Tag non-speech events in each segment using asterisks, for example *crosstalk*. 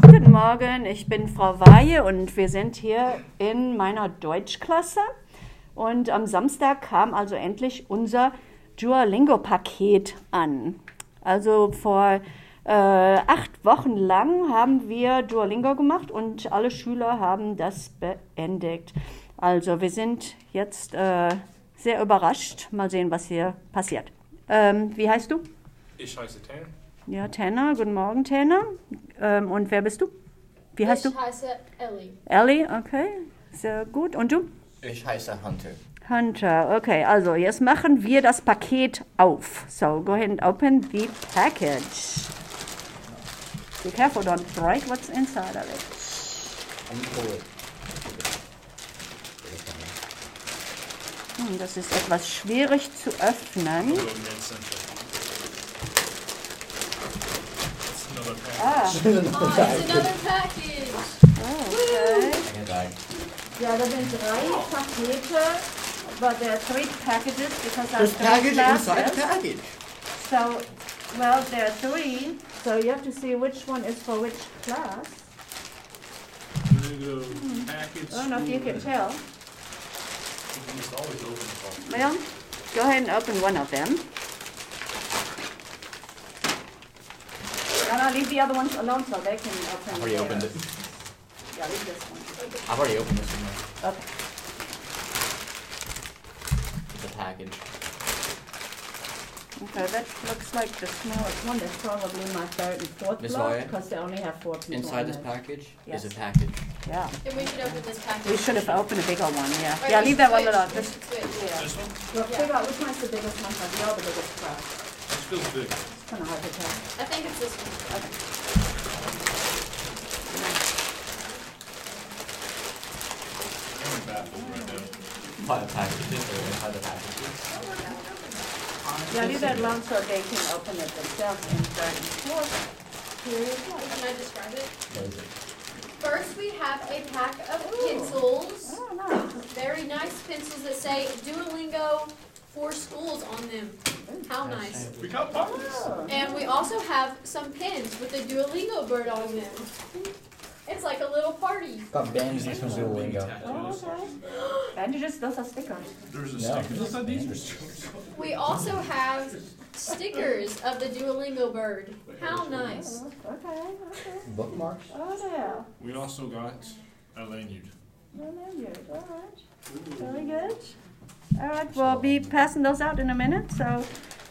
Guten Morgen, ich bin Frau Weihe und wir sind hier in meiner Deutschklasse. Und am Samstag kam also endlich unser Duolingo-Paket an. Also vor äh, acht Wochen lang haben wir Duolingo gemacht und alle Schüler haben das beendigt. Also wir sind jetzt äh, sehr überrascht. Mal sehen, was hier passiert. Ähm, wie heißt du? Ich heiße Tan. Ja, Tanner. Guten Morgen, Tanner. Ähm, und wer bist du? Wie heißt ich du? heiße Ellie. Ellie, okay. Sehr gut. Und du? Ich heiße Hunter. Hunter, okay. Also, jetzt machen wir das Paket auf. So, go ahead and open the package. Be careful, don't break what's inside of it. Hm, das ist etwas schwierig zu öffnen. Go Mid Central. It's another pack. Ah, Ah, *laughs* it's another package. okay. Uh, Ja, da sind drei Pakete. But there are three packages because I'm There's three package inside classes. the package. So, well, there are three, so you have to see which one is for which class. There you go. Package. I don't know if Oh, you can tell. You must always open the box. Well, go ahead and open one of them. And I'll leave the other ones alone so they can open. I've already their- opened it. Yeah, leave this one. I've already opened this one. Okay. The package. Okay, that looks like the smallest one. That's probably my third and fourth Miss block Hoyer? because they only have four people. Inside on this it. package Yes. is a package. Yeah, And we should open this package. we should have opened a bigger one. Yeah. Or yeah, we leave should that one switch. alone. We Just should switch. yeah. This one? We'll figure out which one's the biggest one. Cause you're the biggest crowd. This feels big. It's kind of hard to tell. I think it's this one. I'm baffled right now. Inside the package. Inside the package. Yeah, leave that alone so they can open it themselves and start. Can I describe it? First, we have a pack of pencils. Oh, nice. Very nice pencils that say Duolingo for schools on them. How nice. We got pockets. Oh. And we also have some pins with the Duolingo bird on them. It's like a little party. Got bandages from Duolingo. Tattoos. *gasps* Bandages, those are stickers. There's a No. sticker. Those are these are stickers. We also have stickers of the Duolingo bird. How nice. Okay, okay. Bookmarks. Oh, there. We also got a lanyard. Well, there you go. All right. Very good. All right, we'll be passing those out in a minute. So,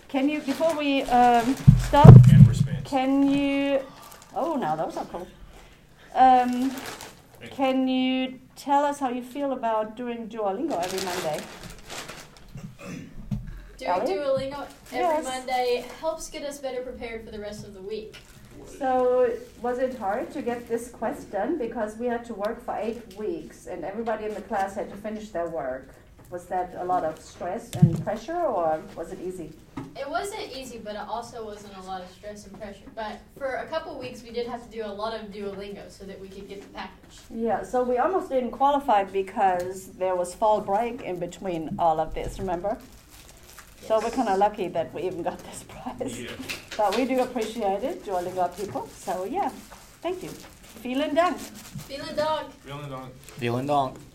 can you, before we um, stop, And wristbands. can you? Oh, now those are cool. Um, Thank you. can you tell us how you feel about doing Duolingo every Monday? Doing Ellie? Duolingo every Yes. Monday helps get us better prepared for the rest of the week. So, was it hard to get this question because we had to work for eight weeks and everybody in the class had to finish their work? Was that a lot of stress and pressure, or was it easy? It wasn't easy, but it also wasn't a lot of stress and pressure. But for a couple weeks, we did have to do a lot of Duolingo so that we could get the package. Yeah, so we almost didn't qualify because there was fall break in between all of this, remember? So we're kind of lucky that we even got this *laughs* prize. Yeah. But we do appreciate it, Duolingo people. So, yeah, thank you. Vielen Dank. Feeling dog. Feeling on. Feeling donk.